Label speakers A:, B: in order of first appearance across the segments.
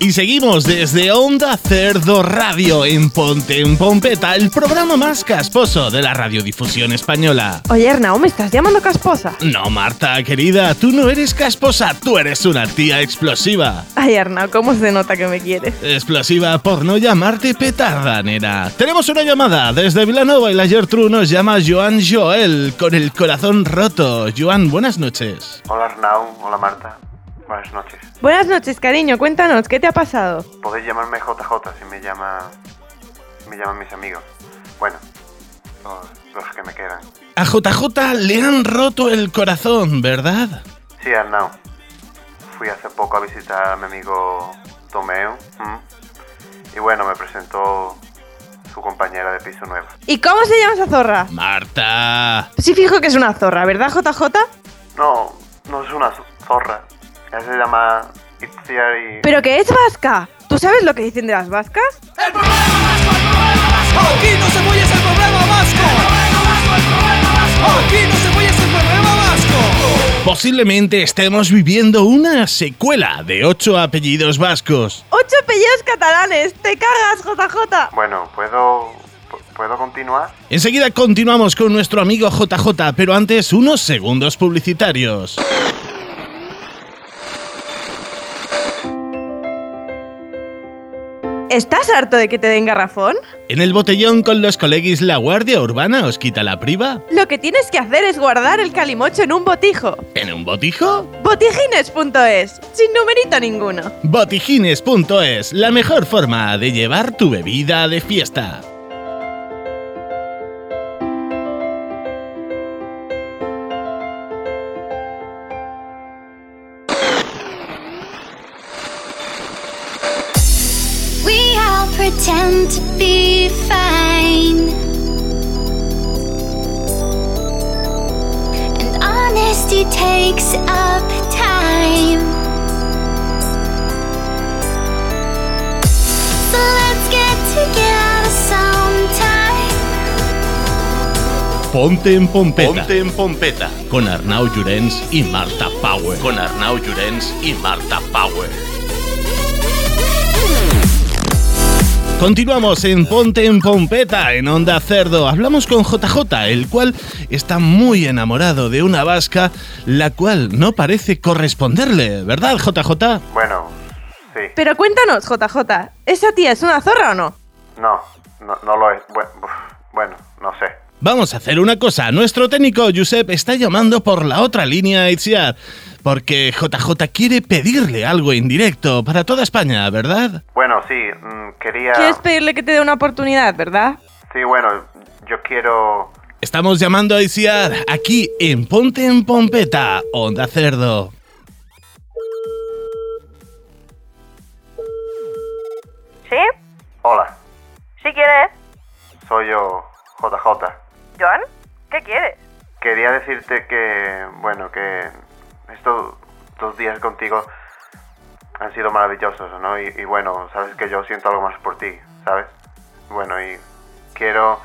A: Y seguimos desde Onda Cerdo Radio en Ponte en Pompeta, el programa más casposo de la radiodifusión española.
B: Oye, Hernán, ¿me estás llamando casposa?
A: No, Marta, querida, tú no eres casposa, tú eres una tía explosiva.
B: Ay, Arnau, ¿cómo se nota que me quieres?
A: Explosiva por no llamarte petarda, nena. Tenemos una llamada desde Vilanova y la Gertrude nos llama Joan Joel con el corazón roto. Joan, buenas noches.
C: Hola Arnau, hola Marta. Buenas noches.
B: Buenas noches, cariño, cuéntanos, ¿qué te ha pasado?
C: Podéis llamarme JJ si me llama si me llaman mis amigos. Bueno, los, los que me quedan.
A: A JJ le han roto el corazón, ¿verdad?
C: Sí, Arnau. Fui hace poco a visitar a mi amigo Tomeo. ¿m? Y bueno, me presentó su compañera de piso nueva.
B: ¿Y cómo se llama esa zorra?
A: Marta.
B: Sí, fijo que es una zorra, ¿verdad, JJ?
C: No, no es una zo- zorra. Ella se llama Itziar y...
B: ¿Pero que es vasca? ¿Tú sabes lo que dicen de las vascas?
D: El problema vasco, el problema vasco. Aquí no se puede es el problema vasco. El problema vasco, el problema vasco. Aquí no se puede es el problema vasco.
A: Posiblemente estemos viviendo una secuela de ocho apellidos vascos.
B: ¡Ocho apellidos catalanes! ¡Te cagas, JJ!
C: Bueno, ¿puedo, pu- ¿puedo continuar?
A: Enseguida continuamos con nuestro amigo JJ, pero antes unos segundos publicitarios.
B: ¿Estás harto de que te den garrafón?
A: En el botellón con los colegis La Guardia Urbana os quita la priva.
B: Lo que tienes que hacer es guardar el calimocho en un botijo.
A: ¿En un botijo?
B: Botijines.es, sin numerito ninguno.
A: Botijines.es, la mejor forma de llevar tu bebida de fiesta.
E: We all pretend to be fine. And honesty takes up time. So let's get together sometime.
A: Ponte en Pompeta. Ponte en Pompeta. Con Arnau Llorens y Marta Power. Con Arnau Llorens y Marta Power. Continuamos en Ponte en Pompeta, en Onda Cerdo. Hablamos con JJ, el cual está muy enamorado de una vasca, la cual no parece corresponderle, ¿verdad, JJ?
C: Bueno, sí.
B: Pero cuéntanos, JJ, ¿esa tía es una zorra o no?
C: No, no, no lo es. Bueno, uf, bueno, no sé.
A: Vamos a hacer una cosa. Nuestro técnico Josep está llamando por la otra línea a Itziar, porque JJ quiere pedirle algo en directo para toda España, ¿verdad?
C: Bueno, sí, mm, quería...
B: Quieres pedirle que te dé una oportunidad, ¿verdad?
C: Sí, bueno, yo quiero...
A: Estamos llamando a Itziar aquí en Ponte en Pompeta, Onda Cerdo.
B: ¿Sí?
C: Hola,
B: ¿Sí quieres?
C: soy yo, JJ.
B: ¿Joan? ¿Qué quieres?
C: Quería decirte que, bueno, que estos dos días contigo han sido maravillosos, ¿no? Y, y bueno, sabes que yo siento algo más por ti, ¿sabes? Bueno, y quiero...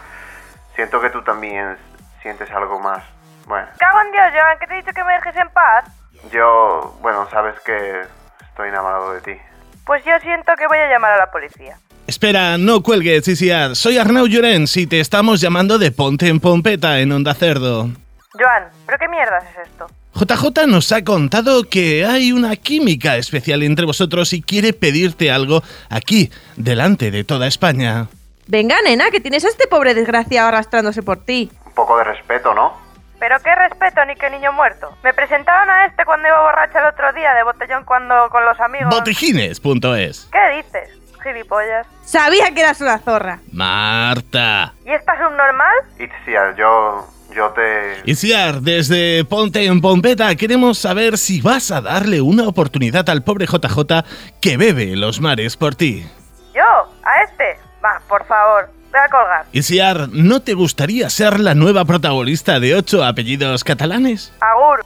C: Siento que tú también sientes algo más. Bueno,
B: Cago en Dios, Joan, que te he dicho que me dejes en paz.
C: yo, bueno, sabes que estoy enamorado de ti.
B: Pues yo siento que voy a llamar a la policía.
A: Espera, no cuelgues, Itziar. Soy Arnau Llorens y te estamos llamando de Ponte en Pompeta, en Onda Cerdo.
B: Joan, ¿pero qué mierdas es esto?
A: JJ nos ha contado que hay una química especial entre vosotros y quiere pedirte algo aquí, delante de toda España.
B: Venga, nena, que tienes a este pobre desgraciado arrastrándose por ti.
C: Un poco de respeto, ¿no?
F: Pero qué respeto, ni qué niño muerto. Me presentaron a este cuando iba borracha el otro día de botellón cuando con los amigos.
A: Botijines.es
F: ¿Qué dices, gilipollas?
B: Sabía que eras una zorra.
A: Marta.
F: ¿Y esta subnormal?
C: Itziar, yo, yo te...
A: Isiar, desde Ponte en Pompeta queremos saber si vas a darle una oportunidad al pobre JJ que bebe los mares por ti.
F: ¿Yo? ¿A este? Va, por favor, voy a colgar.
A: Isiar, ¿no te gustaría ser la nueva protagonista de ocho apellidos catalanes?
F: Agur.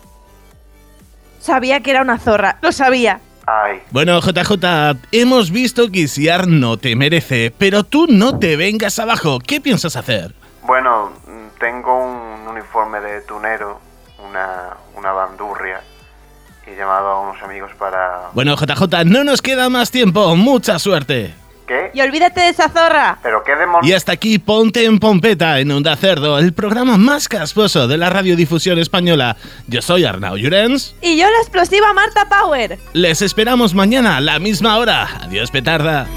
B: Sabía que era una zorra, lo sabía.
C: Ay,
A: Bueno, JJ, hemos visto que Isiar no te merece, pero tú no te vengas abajo. ¿Qué piensas hacer?
C: Bueno, mm, tengo un uniforme de tunero, una, una bandurria y he llamado a unos amigos para...
A: Bueno, JJ, no nos queda más tiempo. Mucha suerte.
C: ¿Qué?
B: Y olvídate de esa zorra.
C: ¿Pero qué demonios?
A: Y hasta aquí Ponte en Pompeta en Onda Cerdo, el programa más casposo de la radiodifusión española. Yo soy Arnau Llorens.
B: Y yo la explosiva Marta Power.
A: Les esperamos mañana a la misma hora. Adiós, petarda.